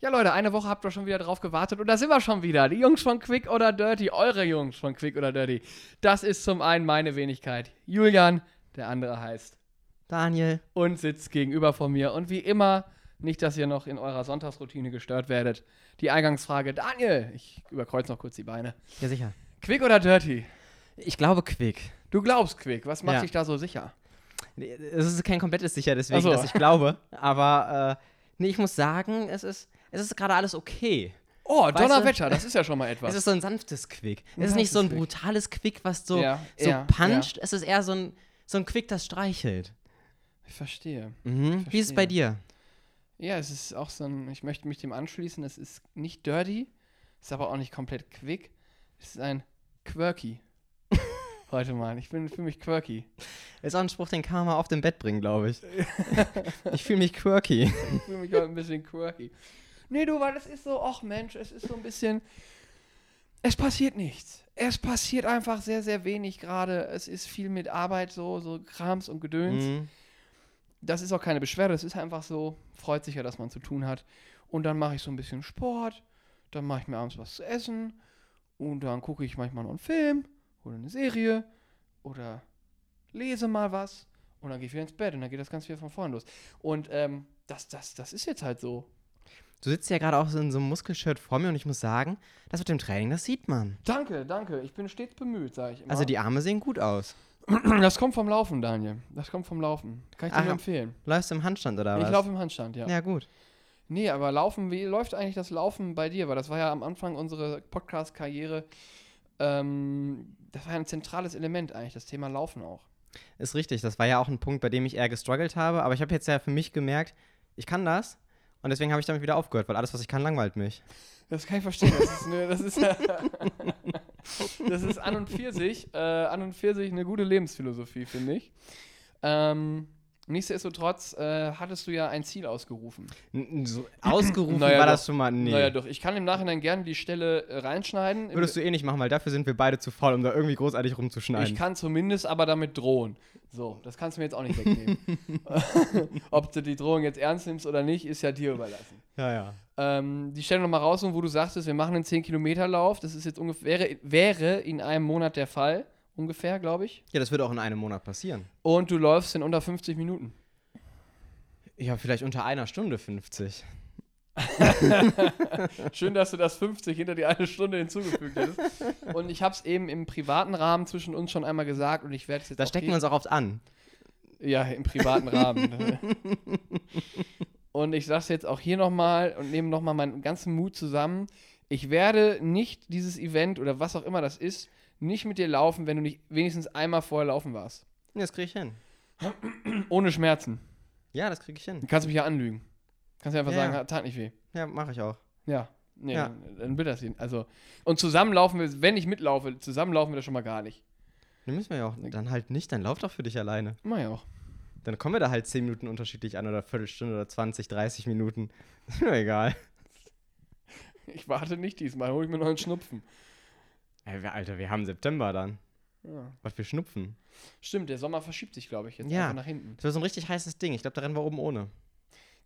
Ja, Leute, eine Woche habt ihr schon wieder drauf gewartet und da sind wir schon wieder. Die Jungs von Quick oder Dirty, eure Jungs von Quick oder Dirty. Das ist zum einen meine Wenigkeit, Julian, der andere heißt, Daniel. und sitzt gegenüber von mir. Und wie immer, nicht, dass ihr noch in eurer Sonntagsroutine gestört werdet. Die Eingangsfrage, Daniel, ich überkreuz noch kurz die Beine. Ja, sicher. Quick oder Dirty? Ich glaube Quick. Du glaubst Quick, was macht Ja. dich da so sicher? Es ist kein komplettes Sicher, deswegen, Ach so. dass ich glaube. Aber äh, nee, ich muss sagen, es ist, es ist gerade alles okay. Oh, Weißt du- Donnerwetter, das ist ja schon mal etwas. Es ist so ein sanftes Quick. Ein es ist nicht so ein sanftes Quick. brutales Quick, was so, Ja, so ja, puncht. Es ist eher so ein, so ein Quick, das streichelt. ich verstehe. Mhm. Wie ist es bei dir? Ja, es ist auch so ein, ich möchte mich dem anschließen, es ist nicht dirty, ist aber auch nicht komplett quick. Es ist ein quirky. Heute mal. Ich bin für mich quirky. Ist auch ein Spruch, den Karma auf dem Bett bringen, glaube ich. ich fühle mich quirky. Ich fühle mich heute ein bisschen quirky. Nee, du, weil es ist so, ach Mensch, es ist so ein bisschen. Es passiert nichts. Es passiert einfach sehr, sehr wenig gerade. Es ist viel mit Arbeit, so, so Krams und Gedöns. Mhm. das ist auch keine Beschwerde, es ist einfach so, freut sich ja, dass man zu tun hat. Und dann mache ich so ein bisschen Sport, dann mache ich mir abends was zu essen und dann gucke ich manchmal noch einen Film oder eine Serie oder lese mal was und dann gehe ich wieder ins Bett und dann geht das ganz viel von vorne los. Und ähm, das, das, das ist jetzt halt so. Du sitzt ja gerade auch so in so einem Muskelshirt vor mir und ich muss sagen, das mit dem Training, das sieht man. Danke, danke, ich bin stets bemüht, sage ich immer. Also die Arme sehen gut aus. das kommt vom Laufen, Daniel. Das kommt vom Laufen. Kann ich dir Aha. nur empfehlen. Läufst du im Handstand oder was? Ich laufe im Handstand, ja. Ja, gut. Nee, aber Laufen, wie läuft eigentlich das Laufen bei dir? Weil das war ja am Anfang unserer Podcast-Karriere, ähm, das war ja ein zentrales Element eigentlich, das Thema Laufen auch. Ist richtig. Das war ja auch ein Punkt, bei dem ich eher gestruggelt habe. Aber ich habe jetzt ja für mich gemerkt, ich kann das. Und deswegen habe ich damit wieder aufgehört, weil alles, was ich kann, langweilt mich. Das kann ich verstehen. Das ist, eine, das ist, das ist an und für sich, äh, an und für sich eine gute Lebensphilosophie, finde ich. Ähm, nichtsdestotrotz äh, hattest du ja ein Ziel ausgerufen. N- n- So ausgerufen Naja, war doch. das schon mal. Nee. Naja, doch, ich kann im Nachhinein gerne die Stelle äh, reinschneiden. Im- Würdest du eh nicht machen, weil dafür sind wir beide zu faul, um da irgendwie großartig rumzuschneiden. Ich kann zumindest aber damit drohen. So, das kannst du mir jetzt auch nicht wegnehmen. Ob du die Drohung jetzt ernst nimmst oder nicht, ist ja dir überlassen. ja, ja. Ähm, die Stelle nochmal raus, wo du sagtest, wir machen einen 10-Kilometer-Lauf. Das ist jetzt ungefähr, wäre, wäre in einem Monat der Fall, ungefähr, glaube ich. Ja, das wird auch in einem Monat passieren. Und du läufst in unter 50 Minuten. Ja, vielleicht unter einer Stunde 50. Schön, dass du das 50 hinter die eine Stunde hinzugefügt hättest. Und ich habe es eben im privaten Rahmen zwischen uns schon einmal gesagt und ich werde es jetzt Da auch stecken hier- wir uns auch oft an. Ja, im privaten Rahmen. ne? und ich sage es jetzt auch hier nochmal und nehme nochmal meinen ganzen Mut zusammen. Ich werde nicht dieses Event oder was auch immer das ist, nicht mit dir laufen, wenn du nicht wenigstens einmal vorher laufen warst. Ja, Das kriege ich hin. Ohne Schmerzen. Ja, das kriege ich hin. Du kannst mich ja anlügen. Kannst ja einfach Ja. sagen, "Hat- tat nicht weh. Ja, mache ich auch. Ja. Nee, Ja. dann wird das hin. Also, und zusammenlaufen wir, wenn ich mitlaufe, zusammenlaufen wir das schon mal gar nicht. Dann müssen wir ja auch. Dann halt nicht, dann lauf doch für dich alleine. Mach ja auch. Dann kommen wir da halt 10 Minuten unterschiedlich an oder Viertelstunde oder 20, 30 Minuten. Ist mir egal. Ich warte nicht diesmal, hol ich mir noch einen Schnupfen. Ey, wir- Alter, wir haben September dann. Ja. Was wir schnupfen. Stimmt, der Sommer verschiebt sich, glaube ich, jetzt Ja. einfach nach hinten. Das wird so ein richtig heißes Ding. Ich glaube, da rennen wir oben ohne.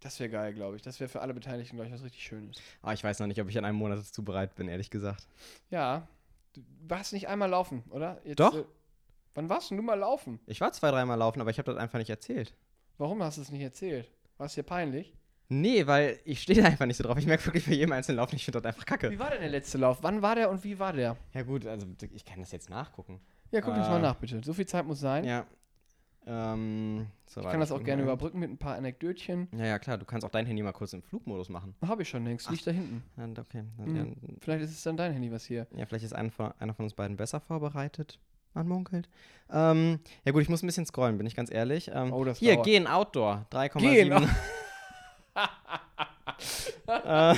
Das wäre geil, glaube ich. Das wäre für alle Beteiligten, glaube ich, was richtig Schönes. Ah, ich weiß noch nicht, ob ich in einem Monat dazu bereit bin, ehrlich gesagt. Ja. Du warst nicht einmal laufen, oder? Jetzt, Doch. Äh, wann warst denn du mal laufen? Ich war zwei, dreimal laufen, aber ich habe das einfach nicht erzählt. Warum hast du es nicht erzählt? War es dir peinlich? Nee, weil ich stehe da einfach nicht so drauf. Ich merke wirklich bei jedem einzelnen Lauf, ich finde das einfach kacke. Wie war denn der letzte Lauf? Wann war der und wie war der? Ja, gut, also ich kann das jetzt nachgucken. Ja, guck das Äh, mal nach, bitte. So viel Zeit muss sein. Ja. Ähm, so ich war kann das auch schon gerne mal. überbrücken mit ein paar Anekdötchen. Ja, ja, klar, du kannst auch dein Handy mal kurz im Flugmodus machen. Habe ich schon längst. Liegt da hinten. Ja, okay. Dann, Mhm. ja, Vielleicht ist es dann dein Handy, was hier. Ja, vielleicht ist einer von, einer von uns beiden besser vorbereitet. Man munkelt. Ähm, ja gut, ich muss ein bisschen scrollen, bin ich ganz ehrlich. Ähm, Oh, das hier, dauert. gehen Outdoor, 3,7. Gehen, äh,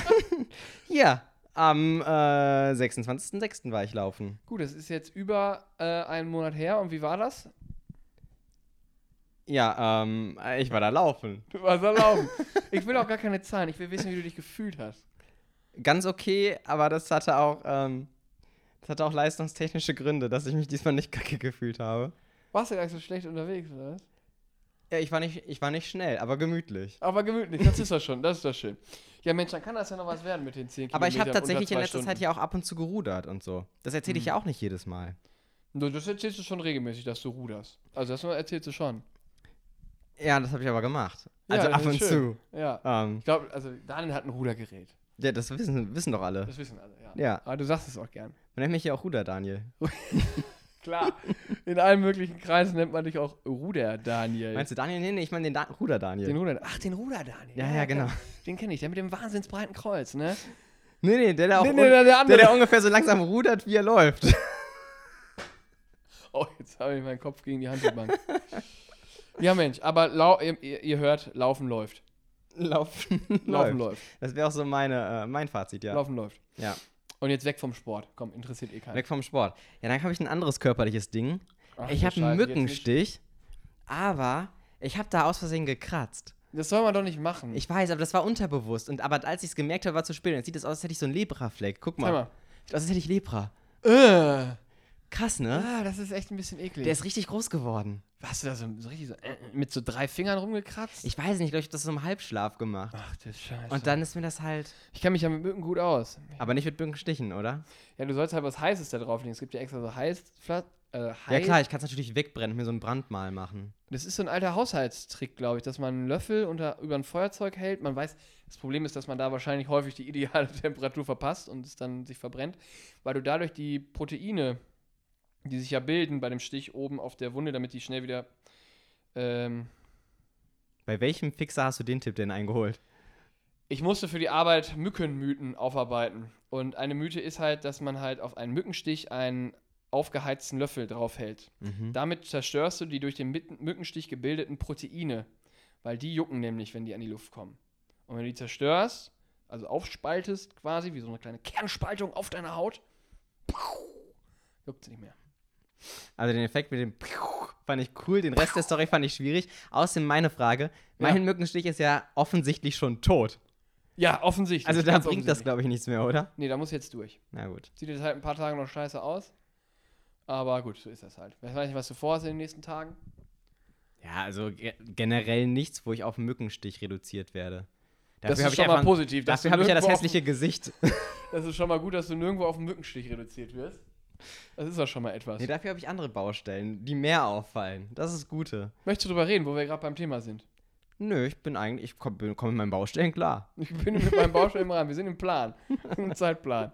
hier, am äh, 26.06. war ich laufen. Gut, das ist jetzt über äh, einen Monat her. Und wie war das? Ja, ähm, ich war da laufen. Du warst da laufen. ich will auch gar keine Zahlen. Ich will wissen, wie du dich gefühlt hast. Ganz okay, aber das hatte auch, ähm, das hatte auch leistungstechnische Gründe, dass ich mich diesmal nicht kacke gefühlt habe. Warst du gar nicht so schlecht unterwegs, oder? was? Ja, ich war nicht, ich war nicht schnell, aber gemütlich. Aber gemütlich, das ist doch schon, das ist doch schön. Ja, Mensch, dann kann das ja noch was werden mit den 10 Aber ich habe Kilometern tatsächlich unter in zwei letzter Stunden. Zeit Hm. ja auch ab und zu gerudert und so. Das erzähle ich ja auch nicht jedes Mal. Du, das erzählst du schon regelmäßig, dass du ruderst. Also das erzählst du schon. Ja, das habe ich aber gemacht. Ja, Also das ab ist und schön. zu. Ja. Ähm, Ich glaube, also Daniel hat ein Rudergerät. ja, das wissen, wissen doch alle. Das wissen alle, ja. Ja. Aber du sagst es auch gern. Man nennt mich ja auch Ruder, Daniel. Klar. In allen möglichen Kreisen nennt man dich auch Ruder Daniel. Meinst du Daniel? Nee, nee, ich meine den da Ruder, Daniel. den Ruder. Ach, den Ruder Daniel. ja, ja, genau. Den kenne ich, der mit dem wahnsinnsbreiten Kreuz, ne? Nee, nee, der da auch Nee, un- nee, der- der der, andere. der ungefähr so langsam rudert, wie er läuft. Oh, jetzt habe ich meinen Kopf gegen die Handelbank. ja, Mensch, aber lau ihr, ihr ihr hört, laufen läuft. Laufen, Laufen läuft. läuft. Das wäre auch so meine, äh, mein Fazit, ja. Laufen läuft. ja. Und jetzt weg vom Sport. Komm, interessiert eh keinen. Weg vom Sport. Ja, dann habe ich ein anderes körperliches Ding. Ach, ich du habe einen Scheiße, jetzt nicht. Mückenstich, aber ich habe da aus Versehen gekratzt. Das soll man doch nicht machen. Ich weiß, aber das war unterbewusst. Und, aber als ich es gemerkt habe, war zu spät. Und Jetzt sieht es aus, als hätte ich so einen Lepra-Fleck. Guck mal. Sag mal. Sieht aus, als hätte ich Lepra. Äh, Krass, ne? ah, das ist echt ein bisschen eklig. Der ist richtig groß geworden. Hast du da so, so richtig so, äh, äh, mit so drei Fingern rumgekratzt? Ich weiß nicht, ich glaube, ich habe das so im Halbschlaf gemacht. Ach, das Scheiße. Und dann ist mir das halt. ich kenne mich ja mit Mücken gut aus. Aber nicht mit Mückenstichen, oder? Ja, du sollst halt was Heißes da drauflegen. Es gibt ja extra so heiß, flat, äh, heiß. Ja, klar, ich kann es natürlich wegbrennen und mir so ein Brandmal machen. Das ist so ein alter Haushaltstrick, glaube ich, dass man einen Löffel unter, über ein Feuerzeug hält. Man weiß, das Problem ist, dass man da wahrscheinlich häufig die ideale Temperatur verpasst und es dann sich verbrennt, weil du dadurch die Proteine, die sich ja bilden bei dem Stich oben auf der Wunde, damit die schnell wieder. Ähm, Bei welchem Fixer hast du den Tipp denn eingeholt? ich musste für die Arbeit Mückenmythen aufarbeiten. Und eine Mythe ist halt, dass man halt auf einen Mückenstich einen aufgeheizten Löffel draufhält. Mhm. Damit zerstörst du die durch den Mitten- Mückenstich gebildeten Proteine, weil die jucken nämlich, wenn die an die Luft kommen. Und wenn du die zerstörst, also aufspaltest quasi, wie so eine kleine Kernspaltung auf deiner Haut, juckt sie nicht mehr. Also den Effekt mit dem Piu fand ich cool, den Rest der Story fand ich schwierig. Außerdem meine Frage, mein Ja. Mückenstich ist ja offensichtlich schon tot. Ja, offensichtlich. Also da ganz bringt das, offensichtlich. glaube ich, nichts mehr, oder? Nee, da muss jetzt durch. Na gut. Sieht jetzt halt ein paar Tage noch scheiße aus. Aber gut, so ist das halt. Ich weiß nicht, was du vorhast in den nächsten Tagen. Ja, also ge generell nichts, wo ich auf Mückenstich reduziert werde. Das hab ist schon mal einfach- positiv. dass Dafür du habe ich ja das nirgendwo auf- hässliche Gesicht. Das ist schon mal gut, dass du nirgendwo auf den Mückenstich reduziert wirst. Das ist doch schon mal etwas. nee, dafür habe ich andere Baustellen, die mehr auffallen. Das ist das Gute. Möchtest du drüber reden, wo wir gerade beim Thema sind? Nö, ich bin eigentlich, ich komme komm mit meinen Baustellen klar. Ich bin mit meinem Baustellen im Rahmen. Wir sind im Plan. Im Zeitplan.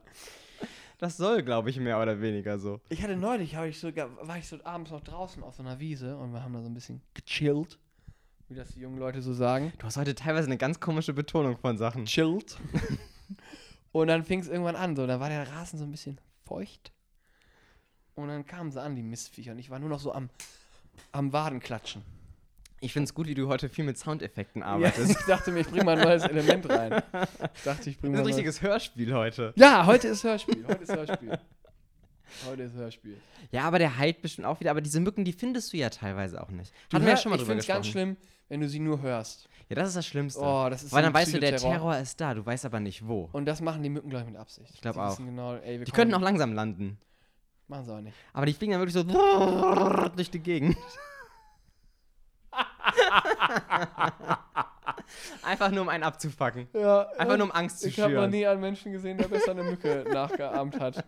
Das soll, glaube ich, mehr oder weniger so. Ich hatte neulich, hab ich so, war ich so abends noch draußen auf so einer Wiese und wir haben da so ein bisschen gechillt. Wie das die jungen Leute so sagen. Du hast heute teilweise eine ganz komische Betonung von Sachen. Chillt. und dann fing es irgendwann an. So, dann war der Rasen so ein bisschen feucht. Und dann kamen sie an, die Mistviecher. Und ich war nur noch so am, am Wadenklatschen. Ich finde es gut, wie du heute viel mit Soundeffekten Ja, arbeitest. ich dachte mir, ich bringe mal ein neues Element rein. Ich dachte, ich bringe mal ein Das ist ein neues- richtiges Hörspiel heute. Ja, heute ist Hörspiel. Heute ist Hörspiel. Heute ist Hörspiel. Ja, aber der heilt bestimmt auch wieder. Aber diese Mücken, die findest du ja teilweise auch nicht. Du Hatten wir ja hör- schon mal ich drüber find's gesprochen. ganz schlimm, wenn du sie nur hörst. Ja, das ist das Schlimmste. Oh, das ist so Weil dann ein weißt du, der Psychoterror. Terror ist da. Du weißt aber nicht wo. Und das machen die Mücken gleich mit Absicht. Ich glaub auch. Genau, ey, wir Die kommen- könnten auch langsam landen. Machen sie auch nicht. Aber die fliegen dann wirklich so durch die Gegend. Einfach nur, um einen abzufacken. Ja, äh, Einfach nur, um Angst zu Ich habe noch schüren. nie einen Menschen gesehen, der besser eine Mücke nachgeahmt hat.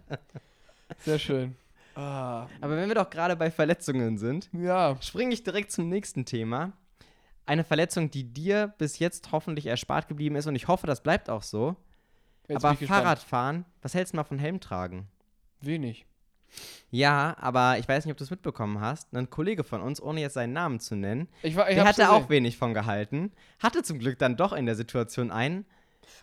Sehr schön. Ah, Aber wenn wir doch gerade bei Verletzungen sind, ja. springe ich direkt zum nächsten Thema. Eine Verletzung, die dir bis jetzt hoffentlich erspart geblieben ist und ich hoffe, das bleibt auch so. Jetzt aber bin ich gespannt. Fahrradfahren, was hältst du mal von Helm tragen? Wenig. Ja, aber ich weiß nicht, ob du es mitbekommen hast. Ein Kollege von uns, ohne jetzt seinen Namen zu nennen, Ich war, ich der hab's hatte auch gesehen. wenig von gehalten. Hatte zum Glück dann doch in der Situation einen.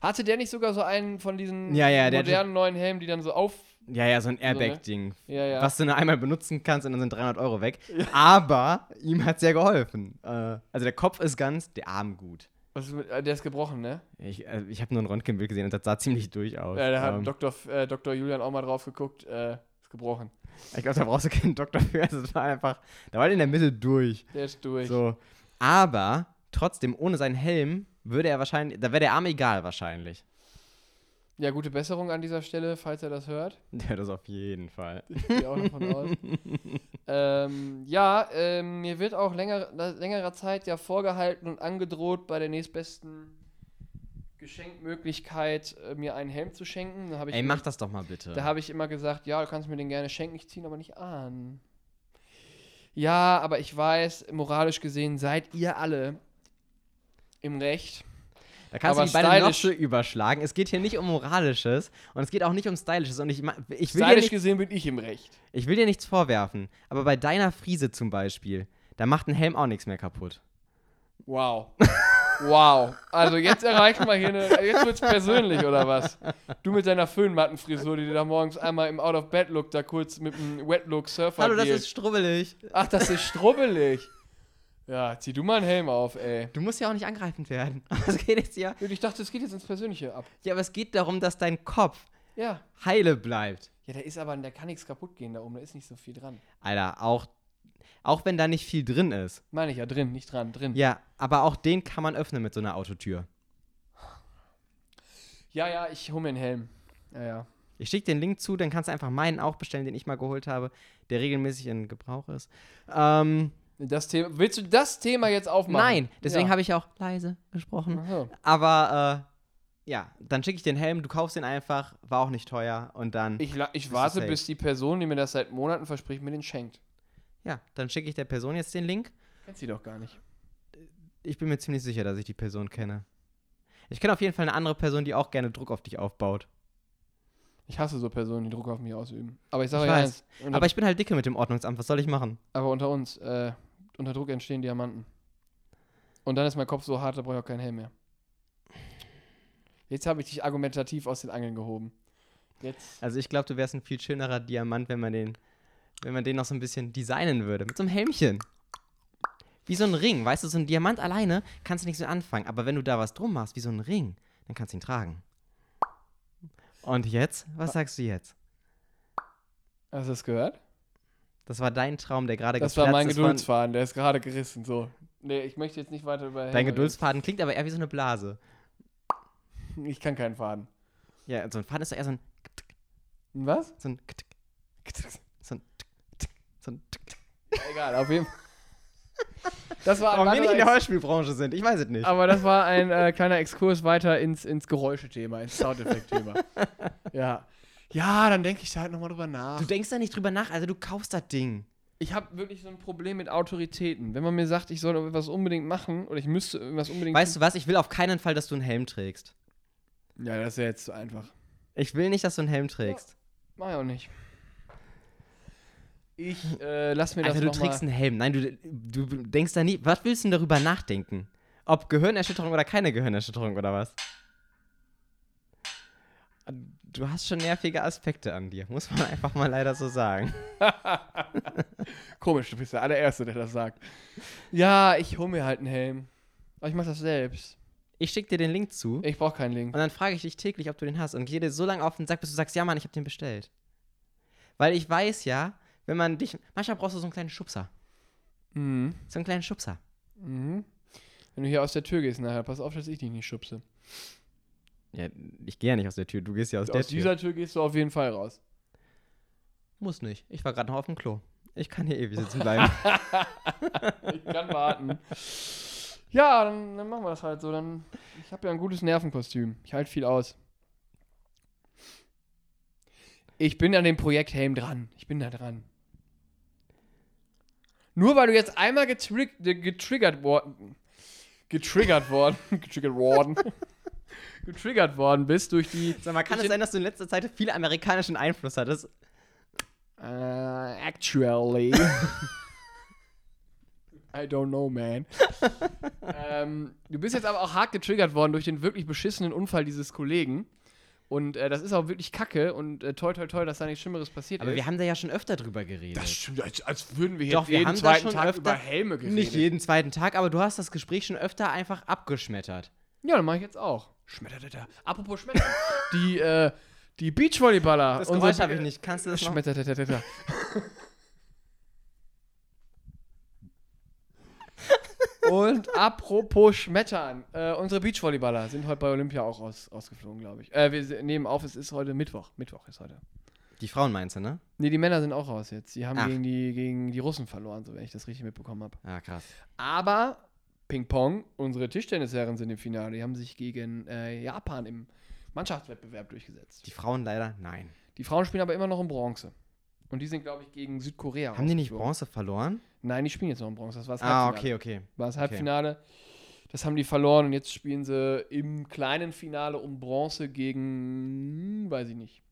Hatte der nicht sogar so einen von diesen Ja, ja, der hatte- modernen neuen Helmen, die dann so auf. Ja, ja, so ein ne? Airbag-Ding. Ja, ja. Was du nur einmal benutzen kannst und dann sind 300 Euro weg. Aber ihm hat es ja geholfen. Äh, also der Kopf ist ganz, der Arm gut. Was ist mit, äh, der ist gebrochen, ne? Ich, äh, ich habe nur ein Röntgenbild gesehen und das sah ziemlich durch aus. Ja, da hat Ähm, Dr. F- äh, Dr. Julian auch mal drauf geguckt. Äh, ist gebrochen. ich glaube, da brauchst du keinen Doktor für. Also das war einfach, da war der in der Mitte durch. Der ist durch. So. Aber trotzdem, ohne seinen Helm würde er wahrscheinlich, da wäre der Arm egal wahrscheinlich. Ja, gute Besserung an dieser Stelle, falls er das hört. Ja, das auf jeden Fall. Ich gehe auch davon aus. ähm, ja, ähm, mir wird auch länger, nach längerer Zeit ja vorgehalten und angedroht, bei der nächstbesten Geschenkmöglichkeit äh, mir einen Helm zu schenken. Da habe ich, Ey, immer- mach das doch mal bitte. da habe ich immer gesagt, ja, du kannst mir den gerne schenken, ich ziehe ihn aber nicht an. Ja, aber ich weiß, moralisch gesehen seid ihr alle im Recht. Da kannst Aber du die beide noch stylisch- so überschlagen. Es geht hier nicht um Moralisches und es geht auch nicht um Stylisches. Und ich, ma- ich, will dir Seilisch nicht, gesehen bin ich im Recht. ich will dir nichts vorwerfen, aber bei deiner Friese zum Beispiel, da macht ein Helm auch nichts mehr kaputt. Wow. Wow. Also jetzt erreichen wir hier eine. Jetzt wird's persönlich, oder was? Du mit deiner Föhnmattenfrisur, die dir da morgens einmal im Out-of-Bed-Look da kurz mit einem Wet-Look surfer Hallo, das geht. ist strubbelig. Ach, das ist strubbelig. Ja, zieh du mal einen Helm auf, ey. Du musst ja auch nicht angreifend werden. Aber es geht jetzt ja. Und ich dachte, es geht jetzt ins Persönliche ab. Ja, aber es geht darum, dass dein Kopf Ja. heile bleibt. Ja, der ist aber, der kann nichts kaputt gehen da oben, da ist nicht so viel dran. Alter, auch, auch wenn da nicht viel drin ist. Meine ich ja, drin, nicht dran, drin. Ja, aber auch den kann man öffnen mit so einer Autotür. ja, ja, ich hol mir einen Helm. Ja, ja. Ich schicke den Link zu, dann kannst du einfach meinen auch bestellen, den ich mal geholt habe, der regelmäßig in Gebrauch ist. Ähm, Das Thema, willst du das Thema jetzt aufmachen? nein, deswegen ja. habe ich auch leise gesprochen. Ach so. Aber äh, ja, dann schicke ich den Helm, du kaufst den einfach, war auch nicht teuer und dann, Ich, la- ich du warte, safe? bis die Person, die mir das seit Monaten verspricht, mir den schenkt. ja, dann schicke ich der Person jetzt den Link. Kennt sie doch gar nicht. Ich bin mir ziemlich sicher, dass ich die Person kenne. Ich kenne auf jeden Fall eine andere Person, die auch gerne Druck auf dich aufbaut. Ich hasse so Personen, die Druck auf mich ausüben. Aber ich sage Ich ja weiß. eins, unter, Aber aber, ich bin halt dicke mit dem Ordnungsamt, was soll ich machen? unter uns, äh, unter Druck entstehen Diamanten. Und dann ist mein Kopf so hart, da brauche ich auch keinen Helm mehr. Jetzt habe ich dich argumentativ aus den Angeln gehoben. Jetzt. Also ich glaube, du wärst ein viel schönerer Diamant, wenn man den, wenn man den noch so ein bisschen designen würde. Mit so einem Helmchen. Wie so ein Ring, weißt du, so ein Diamant alleine kannst du nicht so anfangen. Aber wenn du da was drum machst, wie so ein Ring, dann kannst du ihn tragen. Und jetzt? Was sagst du jetzt? Hast du das gehört? Das war dein Traum, der gerade Das war mein ist von- Geduldsfaden, der ist gerade gerissen. So. Nee, ich möchte jetzt nicht weiter über. Dein Helme Geduldsfaden klingt aber eher wie so eine Blase. reden. Ich kann keinen Faden. Hm, Ja, so ein Faden ist doch eher so ein, Was? so ein, so ein, so ein Egal, auf jeden Fall. Das war Warum ein wir nicht in der anderer Hörspielbranche sind, ich weiß es nicht. Aber das war ein äh, kleiner Exkurs weiter ins, ins Geräuschethema, ins Soundeffekt-Thema. ja. Ja, dann denke ich da halt nochmal drüber nach. Du denkst da nicht drüber nach, also du kaufst das Ding. Ich habe wirklich so ein Problem mit Autoritäten. Wenn man mir sagt, ich soll irgendwas unbedingt machen oder ich müsste irgendwas unbedingt. Weißt du was? Ich will auf keinen Fall, dass du einen Helm trägst. du? Ja, das ist ja jetzt zu einfach. Ich will nicht, dass du einen Helm trägst. Mach ich auch nicht. Ich äh, lass mir das Alter, du noch mal. trägst einen Helm. Nein, du, du denkst da nie. Was willst du denn darüber nachdenken? Ob Gehirnerschütterung oder keine Gehirnerschütterung oder was? Du hast schon nervige Aspekte an dir, muss man einfach mal leider so sagen. Komisch, du bist der allererste, der das sagt. Ja, ich hol mir halt einen Helm. Aber ich mach das selbst. Ich schicke dir den Link zu und Ich brauche keinen Link. dann frage ich dich täglich, ob du den hast und gehe dir so lange auf den Sack, bis du sagst, ja Mann, ich habe den bestellt. Weil ich weiß ja, wenn man dich, manchmal brauchst du so einen kleinen Schubser, Mhm. so einen kleinen Schubser. Mhm. Wenn du hier aus der Tür gehst, nachher pass auf, dass ich dich nicht schubse. Ja, ich gehe ja nicht aus der Tür, du gehst ja aus, der Aus Tür. dieser Tür gehst du auf jeden Fall raus. Muss nicht. Ich war gerade noch auf dem Klo. Ich kann hier ewig sitzen bleiben. Ich kann warten. Ja, dann, dann machen wir das halt so. Dann, ich habe ja ein gutes Nervenkostüm. Ich halte viel aus. Ich bin an dem Projekt Helm dran. Ich bin da dran. Nur weil du jetzt einmal getrig ge- getriggert worden. Getriggert worden. getriggert worden. getriggert worden bist durch die. Sag mal, kann Ich- es sein, dass du in letzter Zeit viel amerikanischen Einfluss hattest? Äh, actually. I don't know, man. ähm, du bist jetzt aber auch hart getriggert worden durch den wirklich beschissenen Unfall dieses Kollegen. Und äh, das ist auch wirklich kacke und äh, toi toi toi, dass da nichts Schlimmeres passiert Aber ist. wir haben da ja schon öfter drüber geredet. das stimmt, als, als würden wir Doch, jetzt wir jeden haben da zweiten schon Tag öfter- über Helme geredet. Nicht jeden zweiten Tag, aber du hast das Gespräch schon öfter einfach abgeschmettert. Ja, dann mache ich jetzt auch. Schmetterdetta. Apropos Schmetter. die, äh, die Beachvolleyballer. Das unser Geräusch habe ich Be- nicht. Kannst du das noch? Schmetterdetta. Und apropos Schmettern. Äh, unsere Beachvolleyballer sind heute bei Olympia auch aus, ausgeflogen, glaube ich. Äh, wir se- nehmen auf, es ist heute Mittwoch. Mittwoch ist heute. Die Frauen meinst du, ne? Nee, die Männer sind auch raus jetzt. Die haben Ach. gegen die, gegen die Russen verloren, so wenn ich das richtig mitbekommen habe. Ah, krass. Aber Ping-Pong, unsere Tischtennisherren sind im Finale. Die haben sich gegen äh, Japan im Mannschaftswettbewerb durchgesetzt. Die Frauen leider nein. Die Frauen spielen aber immer noch in Bronze. Und die sind, glaube ich, gegen Südkorea. Haben die nicht rausgeflogen. Bronze verloren? Nein, die spielen jetzt noch in Bronze. Das war das Ah, Halbfinale. okay, okay. War das Halbfinale. Das haben die verloren und jetzt spielen sie im kleinen Finale um Bronze gegen, weiß ich nicht.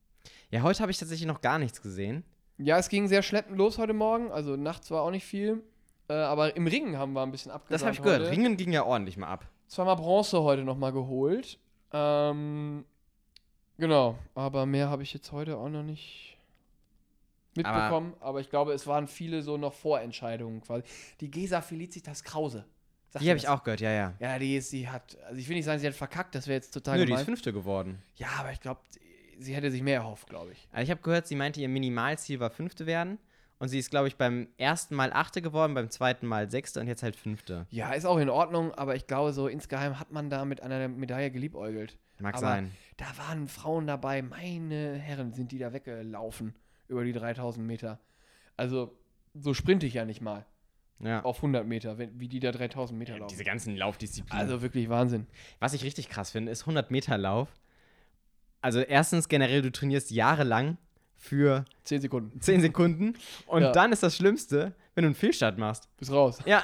Ja, heute habe ich tatsächlich noch gar nichts gesehen. Ja, es ging sehr schleppend los heute Morgen. Also nachts war auch nicht viel. Äh, aber im Ringen haben wir ein bisschen abgesagt. Das habe ich gehört. heute. Ringen ging ja ordentlich mal ab. zweimal Bronze heute nochmal geholt. Ähm, genau, aber mehr habe ich jetzt heute auch noch nicht mitbekommen. Aber, ich glaube, es waren viele so noch Vorentscheidungen quasi. Die Gesa Felicitas Krause. Sagt Die ihr habe ich das? auch gehört, ja, ja. Ja, die ist, sie hat, also ich will nicht sagen, sie hat verkackt, das wäre jetzt total Nö, die ist gemein. Fünfte geworden. Ja, aber ich glaube, sie hätte sich mehr erhofft, glaube ich. Also ich habe gehört, sie meinte, ihr Minimalziel war Fünfte werden. Und sie ist, glaube ich, beim ersten Mal Achte geworden, beim zweiten Mal Sechste und jetzt halt Fünfte. Ja, ist auch in Ordnung, aber ich glaube, so insgeheim hat man da mit einer Medaille geliebäugelt. Mag Aber sein. Da waren Frauen dabei, meine Herren, sind die da weggelaufen über die 3000 Meter. Also, so sprinte ich ja nicht mal Ja. auf 100 Meter, wenn, wie die da 3000 Meter Ja, laufen. Diese ganzen Laufdisziplinen. also wirklich Wahnsinn. Was ich richtig krass finde, ist 100-Meter-Lauf. Also erstens generell, du trainierst jahrelang für 10 Sekunden, 10 Sekunden und Ja. dann ist das Schlimmste, wenn du einen Fehlstart machst. bis raus. Ja.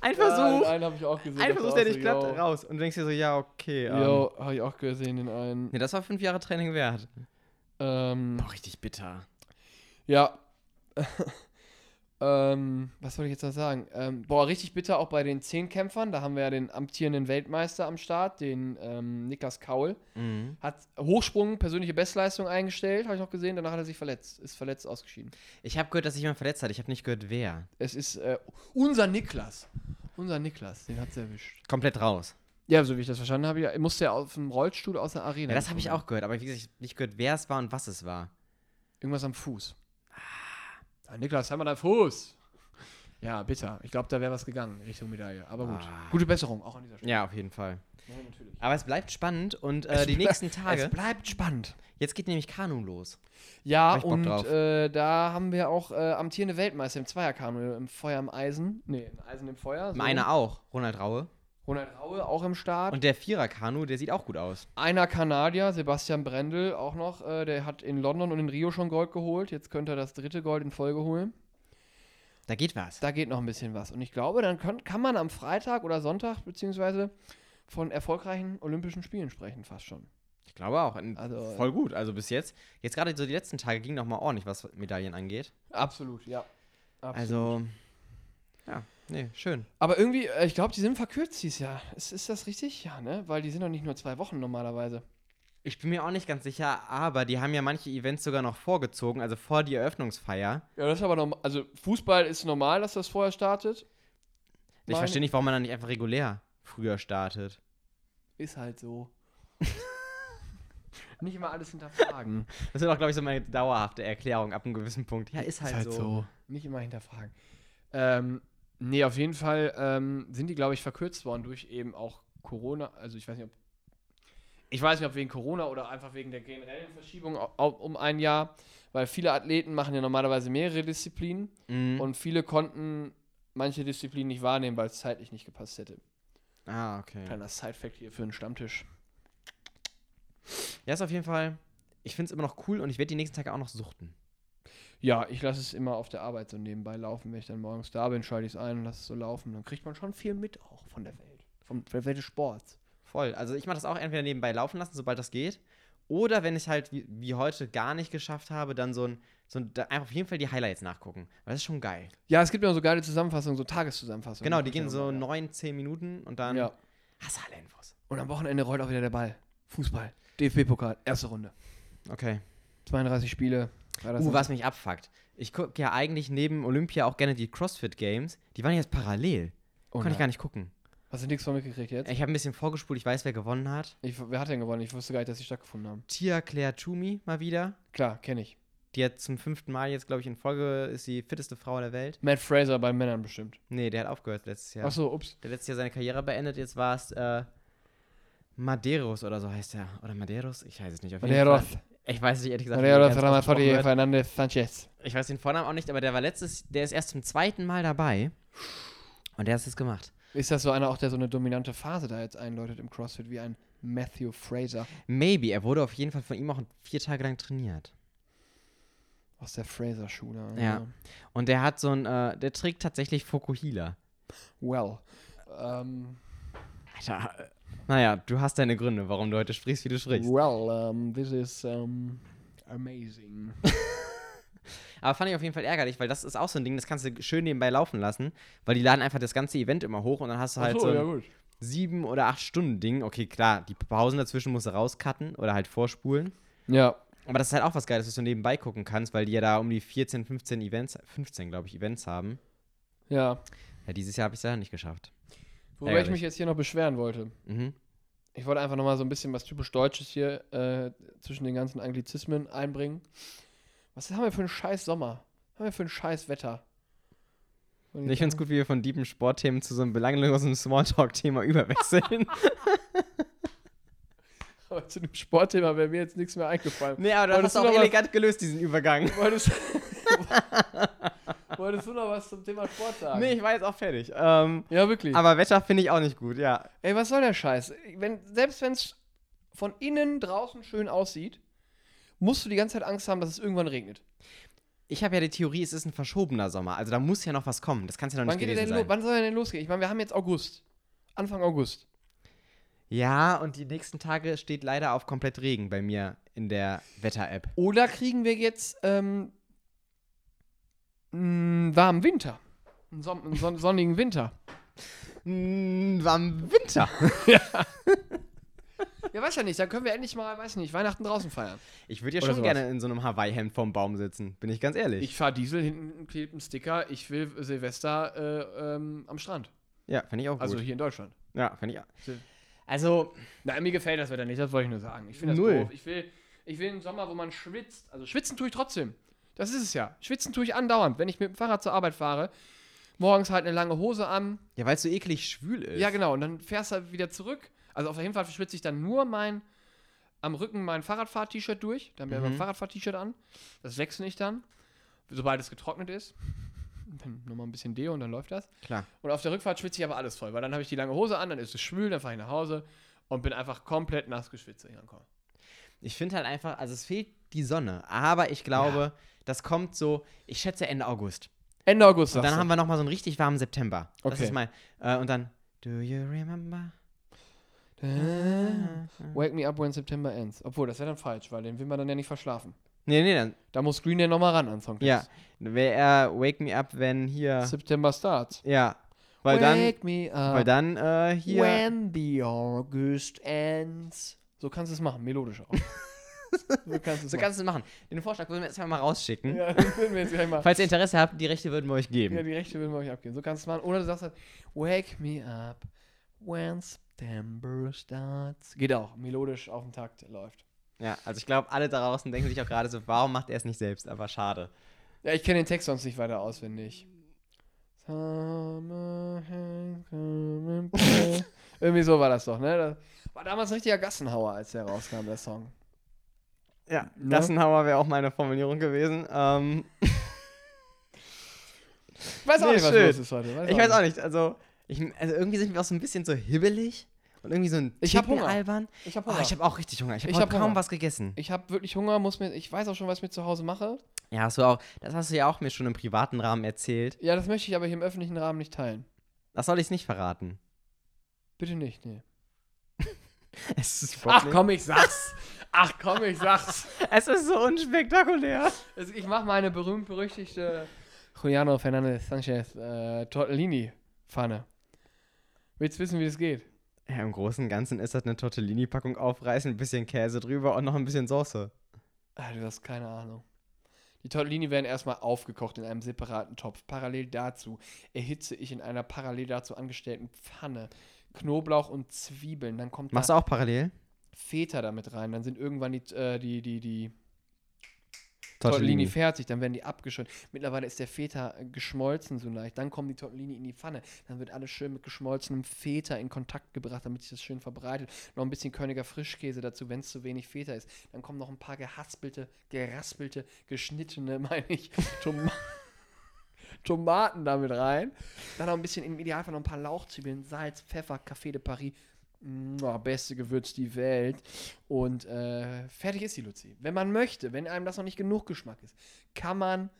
Ein Versuch, Ja, den einen habe ich auch gesehen. ein dachte Versuch, auch der so, nicht klappt, yo. raus. Und du denkst dir so, ja, okay. Ähm, Jo, habe ich auch gesehen, den einen. nee, das war fünf Jahre Training wert. Ähm, Boah, richtig bitter. ja. ähm, was wollte ich jetzt noch sagen? Ähm, boah, richtig bitter auch bei den Zehnkämpfern. Da haben wir ja den amtierenden Weltmeister am Start, den ähm, Niklas Kaul. Mhm. Hat Hochsprung persönliche Bestleistung eingestellt, habe ich noch gesehen. Danach hat er sich verletzt. Ist verletzt ausgeschieden. Ich habe gehört, dass sich jemand verletzt hat. Ich habe nicht gehört, wer. Es ist äh, unser Niklas. Unser Niklas, den hat's erwischt. Komplett raus. Ja, so wie ich das verstanden habe, ja, musste er auf dem Rollstuhl aus der Arena. Ja, das habe ich gekommen. auch gehört, aber wie gesagt, ich habe nicht gehört, wer es war und was es war. Irgendwas am Fuß. Ah, Niklas, haben wir deinen Fuß. Ja, bitter. Ich glaube, da wäre was gegangen Richtung Medaille. Aber gut. Ah. Gute Besserung, auch an dieser Stelle. Ja, auf jeden Fall. Ja, natürlich. Aber es bleibt spannend und äh, Es die ble- nächsten Tage. Es bleibt spannend. Jetzt geht nämlich Kanu los. Ja, Hab ich Bock und drauf. äh, da haben wir auch äh, amtierende Weltmeister im Zweierkanu, im Feuer im Eisen. Nee, im Eisen im Feuer. so. Meiner auch, Ronald Raue. Ronald Raue auch im Start. Und der Vierer-Kanu, der sieht auch gut aus. Einer Kanadier, Sebastian Brendel, auch noch. Äh, der hat in London und in Rio schon Gold geholt. Jetzt könnte er das dritte Gold in Folge holen. Da geht was. Da geht noch ein bisschen was. Und ich glaube, dann könnt, kann man am Freitag oder Sonntag beziehungsweise von erfolgreichen Olympischen Spielen sprechen, fast schon. Ich glaube auch. Ein- Also- Voll gut. Also bis jetzt. Jetzt gerade so die letzten Tage ging noch mal ordentlich, was Medaillen angeht. Absolut, ja. Also. Ja, nee, schön. Aber irgendwie, äh, ich glaube, die sind verkürzt dieses Jahr. Ist, ist das richtig? Ja, ne? Weil die sind doch nicht nur zwei Wochen normalerweise. Ich bin mir auch nicht ganz sicher, aber die haben ja manche Events sogar noch vorgezogen, also vor die Eröffnungsfeier. Ja, das ist aber normal. Also, Fußball ist normal, dass das vorher startet. Ich Meine- verstehe nicht, warum man dann nicht einfach regulär früher startet. Ist halt so. nicht immer alles hinterfragen. Das wird auch, glaube ich, so meine dauerhafte Erklärung ab einem gewissen Punkt. Ja, ist halt, so. Nicht immer hinterfragen. Ähm, nee, auf jeden Fall ähm, sind die, glaube ich, verkürzt worden durch eben auch Corona. Also ich weiß nicht, ob. Ich weiß nicht, ob wegen Corona oder einfach wegen der generellen Verschiebung au- au- um ein Jahr, weil viele Athleten machen ja normalerweise mehrere Disziplinen Mhm. und viele konnten manche Disziplinen nicht wahrnehmen, weil es zeitlich nicht gepasst hätte. Ah, okay. Kleiner Side-Fact hier für den Stammtisch. Ja, ist auf jeden Fall. Ich finde es immer noch cool und ich werde die nächsten Tage auch noch suchten. Ja, ich lasse es immer auf der Arbeit so nebenbei laufen. Wenn ich dann morgens da bin, schalte ich es ein und lasse es so laufen. Dann kriegt man schon viel mit auch von der Welt. Von der Welt des Sports. Voll. Also ich mache das auch entweder nebenbei laufen lassen, sobald das geht. Oder wenn ich halt wie, wie heute gar nicht geschafft habe, dann so ein, so ein da einfach auf jeden Fall die Highlights nachgucken. Weil das ist schon geil. Ja, es gibt ja so geile Zusammenfassungen, so Tageszusammenfassungen. genau, die gehen guck ich so ja nochmal, neun, zehn Minuten und dann Ja. hast du alle Infos. Und am Wochenende rollt auch wieder der Ball. Fußball. DFB-Pokal, erste Runde. Okay. 32 Spiele. War das Uh, nicht- was mich abfuckt. Ich gucke ja eigentlich neben Olympia auch gerne die CrossFit Games. Die waren jetzt parallel. Oh Konnte nein. ich gar nicht gucken. Hast du nichts von mitgekriegt jetzt? Ich habe ein bisschen vorgespult, ich weiß, wer gewonnen hat. Ich, wer hat denn gewonnen? Ich wusste gar nicht, dass die stattgefunden haben. Tia Claire Chumi mal wieder. Klar, kenne ich. Die hat zum fünften Mal jetzt, glaube ich, in Folge ist die fitteste Frau der Welt. Matt Fraser bei Männern bestimmt. Nee, der hat aufgehört letztes Jahr. Ach Achso, ups. Der letztes Jahr seine Karriere beendet, jetzt war es äh, Madeiros oder so heißt er. Oder Madeiros? Ich weiß es nicht. Auf jeden Madeiros. Fall. Ich weiß es nicht, ehrlich gesagt. wie er Mariano ganz ausgesprochen Ramazzotti wird. Fernandez Sanchez. Ich weiß den Vornamen auch nicht, aber der war letztes, der ist erst zum zweiten Mal dabei. Und der hat es gemacht. Ist das so einer auch, der so eine dominante Phase da jetzt einläutet im CrossFit, wie ein Matthew Fraser? Maybe, er wurde auf jeden Fall von ihm auch vier Tage lang trainiert. Aus der Fraser-Schule. Ja. Und der hat so ein, äh, der trägt tatsächlich Fokuhila. Well. Ähm, Alter. äh, Naja, du hast deine Gründe, warum du heute sprichst, wie du sprichst. well, um, this is um, amazing. Aber fand ich auf jeden Fall ärgerlich, weil das ist auch so ein Ding, das kannst du schön nebenbei laufen lassen, weil die laden einfach das ganze Event immer hoch und dann hast du halt so, ein gut. sieben oder acht Stunden Ding. Okay, klar, die Pausen dazwischen musst du rauscutten oder halt vorspulen. Ja. Aber das ist halt auch was Geiles, dass du nebenbei gucken kannst, weil die ja da um die 14, 15 Events, 15 glaube ich, Events haben. Ja. Ja, dieses Jahr habe ich es leider nicht geschafft. Wobei ich Ärgerlich. mich jetzt hier noch beschweren wollte. Mhm. Ich wollte einfach nochmal so ein bisschen was typisch Deutsches hier äh, zwischen den ganzen Anglizismen einbringen. Was haben wir für einen scheiß Sommer? Was haben wir für ein scheiß Wetter? Und Ich finde es gut, wie wir von dieben Sportthemen zu so einem belanglosen Smalltalk-Thema überwechseln. Aber zu dem Sportthema wäre mir jetzt nichts mehr eingefallen. nee, aber das Wolltest hast du du noch auch was- elegant gelöst, diesen Übergang. Wolltest, wolltest du noch was zum Thema Sport sagen? Nee, ich war jetzt auch fertig. Ähm, Ja, wirklich. aber Wetter finde ich auch nicht gut, ja. Ey, was soll der Scheiß? Wenn, selbst wenn es von innen draußen schön aussieht, musst du die ganze Zeit Angst haben, dass es irgendwann regnet. Ich habe ja die Theorie, es ist ein verschobener Sommer. Also da muss ja noch was kommen. Das kann es ja noch Wann, nicht geht ihr gewesen denn sein. lo- wann soll er denn losgehen? Ich meine, wir haben jetzt August. Anfang August. Ja, und die nächsten Tage steht leider auf komplett Regen bei mir in der Wetter-App. Oder kriegen wir jetzt ähm, einen warmen Winter? Einen, Son einen son sonnigen Winter. Mm, warm Winter. Ja, weiß ja nicht. Dann können wir endlich mal, weiß nicht, Weihnachten draußen feiern. Ich würde ja Oder schon sowas. gerne in so einem Hawaii-Hemd vorm Baum sitzen, bin ich ganz ehrlich. Ich fahre Diesel, hinten klebt ein Sticker. Ich will Silvester äh, ähm, am Strand. ja, fände ich auch gut. Also hier in Deutschland. ja, fände ich auch. So. Also, Nein, mir gefällt das Wetter nicht, das wollte ich nur sagen. Ich finde das Null. doof. Ich will, ich will einen Sommer, wo man schwitzt. Also schwitzen tue ich trotzdem. Das ist es ja. Schwitzen tue ich andauernd. Wenn ich mit dem Fahrrad zur Arbeit fahre, morgens halt eine lange Hose an. ja, weil es so eklig schwül ist. Ja, genau. Und dann fährst du wieder zurück. Also auf der Hinfahrt schwitze ich dann nur mein, am Rücken mein Fahrradfahrt-T-Shirt durch. Dann wäre Mhm. mein Fahrradfahrt-T-Shirt an. Das wechsle ich dann, sobald es getrocknet ist. Dann nochmal ein bisschen Deo und dann läuft das. Klar. Und auf der Rückfahrt schwitze ich aber alles voll, weil dann habe ich die lange Hose an, dann ist es schwül, dann fahre ich nach Hause und bin einfach komplett nass geschwitzt, wenn ich ankomme. Ich finde halt einfach, also es fehlt die Sonne. Aber ich glaube, das kommt so, ich schätze Ende August. Ende August, Und dann haben wir nochmal so einen richtig warmen September. Das Okay. ist mein, äh, und dann, do you remember? wir. Ah. Wake me up when September ends. Obwohl, das wäre dann falsch, weil den will man dann ja nicht verschlafen. Nee, nee, dann, Da muss Green ja nochmal ran an Songtext. ja. Wäre er Wake Me Up, wenn hier, September starts. ja. Weil dann, Wake me up weil dann, äh, hier. when the August ends. So kannst du es machen, melodisch auch. so kannst du es So kannst du es machen. Den Vorschlag würden wir jetzt einfach mal rausschicken. machen. Ja, das würden wir jetzt gleich mal. Falls ihr Interesse habt, die Rechte würden wir euch geben. Ja, die Rechte würden wir euch abgeben. So kannst du es machen. Oder du sagst halt, Wake me up when September starts. Geht auch. Melodisch auf den Takt läuft. Ja, also ich glaube, alle da draußen denken sich auch gerade so, warum macht er es nicht selbst? Aber schade. Ja, ich kenne den Text sonst nicht weiter auswendig. Summer has come and gone. Irgendwie so war das doch, ne? Das war damals ein richtiger Gassenhauer, als der rauskam, der Song. Ja, Ne? Gassenhauer wäre auch meine Formulierung gewesen. Ähm, Ich weiß auch Nee, nicht, was schön. los ist heute. ich weiß auch nicht, also, ich, also irgendwie sind wir auch so ein bisschen so hibbelig und irgendwie so ein Ich hab Ticken Hunger. albern. Ich habe Oh, Hunger. ich habe auch richtig Hunger. Ich habe Ich hab hab kaum Hunger. was gegessen. ich habe wirklich Hunger, muss mir, ich weiß auch schon, was ich mir zu Hause mache. Ja, hast du auch, das hast du ja auch mir schon im privaten Rahmen erzählt. Ja, das möchte ich aber hier im öffentlichen Rahmen nicht teilen. Das soll ich nicht verraten. Bitte nicht, nee. Es ist, Ach komm, ich sag's. Ach komm, ich sag's. es ist so unspektakulär. Also ich mache meine berühmt-berüchtigte Juliano Fernandez Sanchez äh, Tortellini-Pfanne. Willst wissen, wie das geht? Ja, im Großen und Ganzen ist das eine Tortellini-Packung aufreißen, ein bisschen Käse drüber und noch ein bisschen Soße. Ah, du hast keine Ahnung. Die Tortellini werden erstmal aufgekocht in einem separaten Topf. Parallel dazu erhitze ich in einer parallel dazu angestellten Pfanne Knoblauch und Zwiebeln. Dann kommt Machst da du auch parallel? Feta damit rein. Dann sind irgendwann die, äh, die, die, die Tortellini fertig, dann werden die abgeschnitten. Mittlerweile ist der Feta geschmolzen so leicht. Dann kommen die Tortellini in die Pfanne. Dann wird alles schön mit geschmolzenem Feta in Kontakt gebracht, damit sich das schön verbreitet. Noch ein bisschen Königer Frischkäse dazu, wenn es zu wenig Feta ist. Dann kommen noch ein paar gehaspelte, geraspelte, geschnittene, meine ich, Tomaten. Tomaten damit rein. Dann noch ein bisschen, im Idealfall noch ein paar Lauchzwiebeln, Salz, Pfeffer, Café de Paris. Mua, beste Gewürz die Welt. Und äh, fertig ist die Luzi. Wenn man möchte, wenn einem das noch nicht genug Geschmack ist, kann man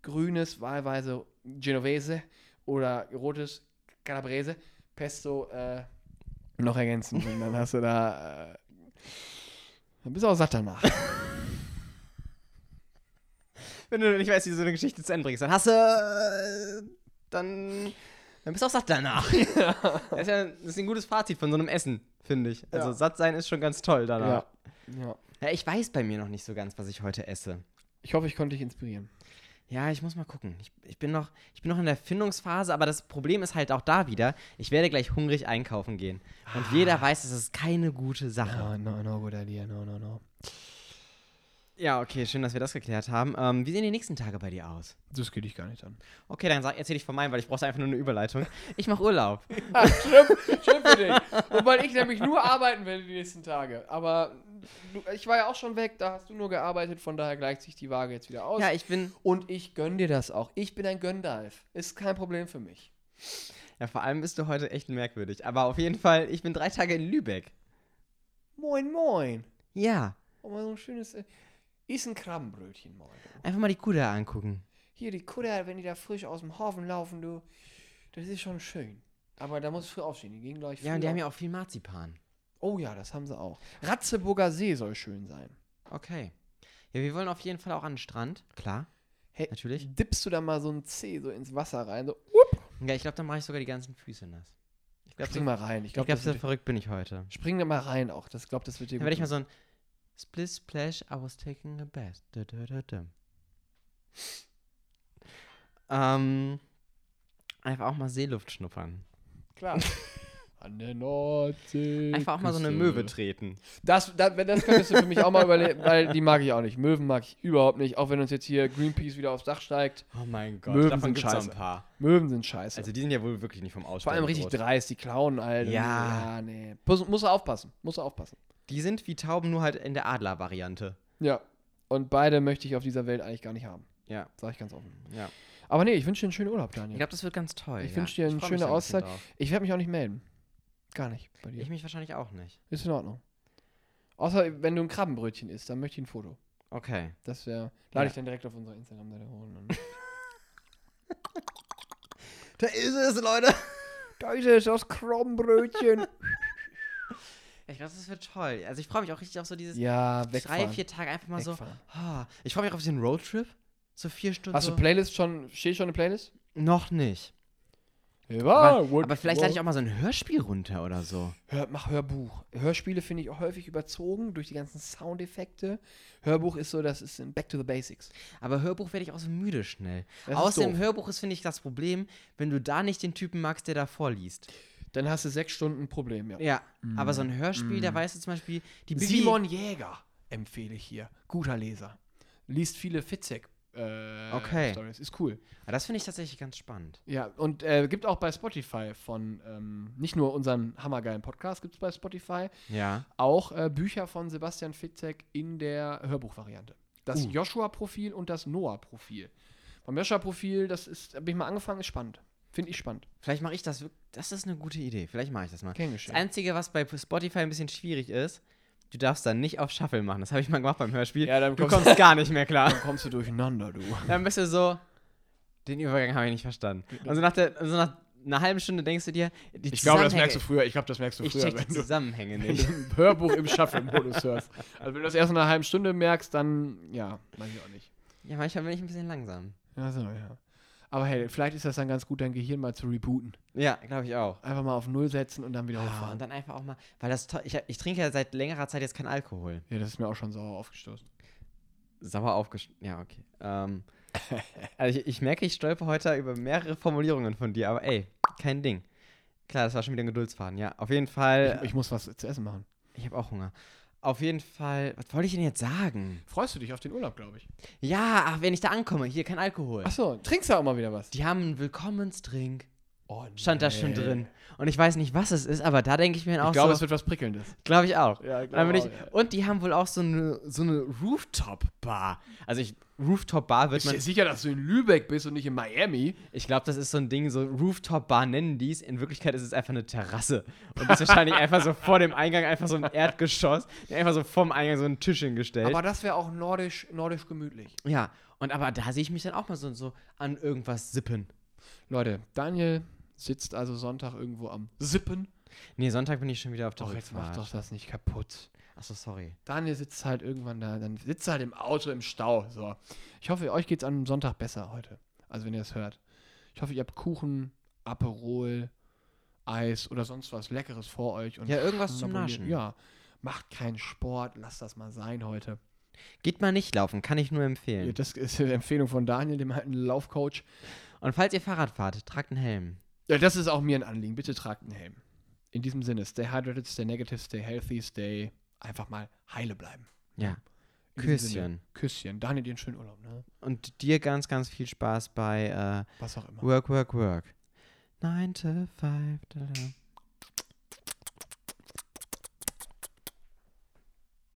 grünes, wahlweise Genovese oder rotes Calabrese, Pesto äh, noch ergänzen. Und dann hast du da. Äh, dann bist du auch satt danach. Wenn du nicht weißt, wie du so eine Geschichte zu Ende bringst, dann hast du. äh, Dann. Dann bist du auch satt danach. Das, ist ja, das ist ein gutes Fazit von so einem Essen, finde ich. Also, Ja. satt sein ist schon ganz toll danach. ja. ja. Ja. ich weiß bei mir noch nicht so ganz, was ich heute esse. Ich hoffe, ich konnte dich inspirieren. Ja, ich muss mal gucken. Ich, ich, bin noch, ich bin noch in der Findungsphase, aber das Problem ist halt auch da wieder, ich werde gleich hungrig einkaufen gehen. Und jeder weiß, das ist keine gute Sache. Ah, no, no, good idea. No, no, no. Ja, okay, schön, dass wir das geklärt haben. Ähm, wie sehen die nächsten Tage bei dir aus? Das geht dich gar nicht an. Okay, dann erzähle ich von meinem, weil ich brauche einfach nur eine Überleitung. Ich mache Urlaub. Ah, schlimm, schlimm für dich. Wobei ich nämlich nur arbeiten werde die nächsten Tage. Aber du, ich war ja auch schon weg, da hast du nur gearbeitet, von daher gleicht sich die Waage jetzt wieder aus. Ja, ich bin. Und ich gönn dir das auch. Ich bin ein Gönndalf. Ist kein Problem für mich. Ja, vor allem bist du heute echt merkwürdig. Aber auf jeden Fall, ich bin drei Tage in Lübeck. Moin, moin. Ja, Oh, mal so ein schönes. Äh, ist ein Krabbenbrötchen, moin. einfach mal die Kuda angucken. Hier die Kudder, wenn die da frisch aus dem Hafen laufen, du. Das ist schon schön. Aber da muss ich früh aufstehen. Die gehen gleich Ja, und früh die haben auf- ja auch viel Marzipan. Oh ja, das haben sie auch. Ratzeburger See soll schön sein. Okay. Ja, wir wollen auf jeden Fall auch an den Strand. Klar, Hey, natürlich. dippst du da mal so einen Zeh so ins Wasser rein, so Ja, ich glaube, dann mache ich sogar die ganzen Füße nass. Ich glaube, Spring so, mal rein. Ich Also, ich glaub, glaube, so das wird, verrückt bin ich heute. spring da mal rein auch. Das glaube, das wird dir Dann werde gut. ich mal so ein Split Splash, I was taking a bath. Da, da, da, da. Ähm, einfach auch mal Seeluft schnuppern. tun. Klar. An der Nordsee. Einfach auch mal so eine Küste. Möwe treten. Das, das, wenn- das könntest du für mich auch mal überlegen, weil die mag ich auch nicht. Möwen mag ich überhaupt nicht. Auch wenn uns jetzt hier Greenpeace wieder aufs Dach steigt. Oh mein Gott, Möwen davon sind gibt es ein scheiße. paar. Möwen sind scheiße. Also die sind ja wohl wirklich nicht vom Aussterben Vor allem richtig bedroht. dreist. Die klauen halt. und- Ja. ja nee. Muss, muss er aufpassen. Muss er aufpassen. Die sind wie Tauben, nur halt in der Adler-Variante. Ja. Und beide möchte ich auf dieser Welt eigentlich gar nicht haben. Ja, Sag ich ganz offen. ja. Aber nee, ich wünsche dir einen schönen Urlaub, Ich Daniel. glaube, das wird ganz toll. Ich ja. wünsche dir eine freu mich schöne da ein bisschen Auszeit. drauf. Ich werde mich auch nicht melden. Gar nicht bei dir. Ich mich wahrscheinlich auch nicht. Ist in Ordnung. Außer wenn du ein Krabbenbrötchen isst, dann möchte ich ein Foto. Okay. Das wäre. Ja. Lade ich dann direkt auf unsere Instagram-Seite holen. Und Da ist es, Leute. da ist es, das Krabbenbrötchen. Ich glaube, das wird toll. Also ich freue mich auch richtig auf so dieses ja, wegfahren. drei, vier Tage einfach mal Wegfahren. so. ah, ich freue mich auf den Roadtrip. So vier Stunden. Hast so. du Playlist schon? Steht schon eine Playlist? Noch nicht. Ja, aber, aber vielleicht lade ich auch mal so ein Hörspiel runter oder so. Hör, mach Hörbuch. Hörspiele finde ich auch häufig überzogen durch die ganzen Soundeffekte. Hörbuch ist so, das ist ein Back to the Basics. Aber Hörbuch werde ich auch so müde schnell. Das ist Außerdem, doof. Hörbuch ist, finde ich, das Problem, wenn du da nicht den Typen magst, der da vorliest. Dann hast du sechs Stunden ein Problem, ja. Mhm. Ja, aber so ein Hörspiel, da weißt du zum Beispiel, die Bibi, Simon Jäger empfehle ich hier. Guter Leser. Liest viele Fitzek. Äh, Okay. Stories. Ist cool. Ah, das finde ich tatsächlich ganz spannend. Ja, und äh, gibt auch bei Spotify von, ähm, nicht nur unseren hammergeilen Podcast, gibt es bei Spotify Ja. auch äh, Bücher von Sebastian Fitzek in der Hörbuchvariante. Das Uh. Joshua-Profil und das Noah-Profil. Beim Joshua-Profil, das ist, habe ich mal angefangen, ist spannend. Finde ich spannend. Vielleicht mache ich das. wirk- Das ist eine gute Idee. Vielleicht mache ich das mal. Gern Das geschehen. Einzige, was bei Spotify ein bisschen schwierig ist, du darfst dann nicht auf Shuffle machen. Das habe ich mal gemacht beim Hörspiel. Ja, dann du kommst- kommst gar nicht mehr klar. Dann kommst du durcheinander, du. Dann bist du so, den Übergang habe ich nicht verstanden. Und so nach, der, so nach einer halben Stunde denkst du dir, die Ich glaube, das Zusammenhänge- merkst du früher. Ich glaube, das merkst du Ich früher, check die Zusammenhänge wenn nicht. du ein Hörbuch im Shuffle-Modus hörst. Also wenn du das erst in einer halben Stunde merkst, dann ja, weiß ich auch nicht. Ja, manchmal bin ich ein bisschen langsam. Ja, so, ja. Aber hey, vielleicht ist das dann ganz gut, dein Gehirn mal zu rebooten. Ja, glaube ich auch. Einfach mal auf Null setzen und dann wieder Ah, und hochfahren. dann einfach auch mal, weil das to- ich, ich trinke ja seit längerer Zeit jetzt keinen Alkohol. Ja, das ist mir auch schon sauer aufgestoßen. Sauer aufgesch... Ja, okay. Ähm, also ich, ich merke, ich stolper heute über mehrere Formulierungen von dir, aber ey, kein Ding. Äh. Klar, das war schon wieder ein Geduldsfaden, ja. Auf jeden Fall, Ich, ich muss was zu essen machen. ich, habe auch Hunger. Auf jeden Fall, was wollte ich denn jetzt sagen? Freust du dich auf den Urlaub, glaube ich. Ja, ach, wenn ich da ankomme, hier kein Alkohol. Achso, trinkst du auch mal wieder was? Die haben einen Willkommensdrink. Oh, Stand da schon nee. drin. Und ich weiß nicht, was es ist, aber da denke ich mir dann auch Ich glaube, es so. wird was Prickelndes. Glaube ich auch. Ja, ich Dann bin glaube ich, auch, ja. Und die haben wohl auch so eine, so eine Rooftop-Bar. Also ich, Rooftop-Bar wird Bist man. du sicher, dass du in Lübeck bist und nicht in Miami? Ich glaube, das ist so ein Ding, so Rooftop-Bar nennen die es. In Wirklichkeit ist es einfach eine Terrasse. Und das ist wahrscheinlich einfach so vor dem Eingang einfach so ein Erdgeschoss, einfach so vorm Eingang so einen Tisch hingestellt. Aber das wäre auch nordisch, nordisch gemütlich. ja, und aber da sehe ich mich dann auch mal so, so an irgendwas sippen. Leute, Daniel sitzt also Sonntag irgendwo am Sippen. Nee, Sonntag bin ich schon wieder auf der Doch, Oh, jetzt mach Rückfahrt. doch das nicht kaputt. Achso, sorry. Daniel sitzt halt irgendwann da, dann sitzt er halt im Auto im Stau. So. Ich hoffe, euch geht's am Sonntag besser heute. Also wenn ihr es hört. Ich hoffe, ihr habt Kuchen, Aperol, Eis oder sonst was Leckeres vor euch. Und Ja, irgendwas zum abonniert- Naschen. Ja. Macht keinen Sport, lasst das mal sein heute. Geht mal nicht laufen, kann ich nur Ja, empfehlen. das ist die Empfehlung von Daniel, dem alten Laufcoach. Und falls ihr Fahrrad fahrt, tragt einen Helm. Ja, das ist auch mir ein Anliegen. Bitte tragt einen Helm. In diesem Sinne, stay hydrated, stay negative, stay healthy, stay einfach mal heile bleiben. Ja. In diesem Sinne, Küsschen. Küsschen. Daniel, dir einen schönen Urlaub, ne? Und dir ganz, ganz viel Spaß bei äh, Was auch immer. Work, Work, Work. 9 to 5. da, da.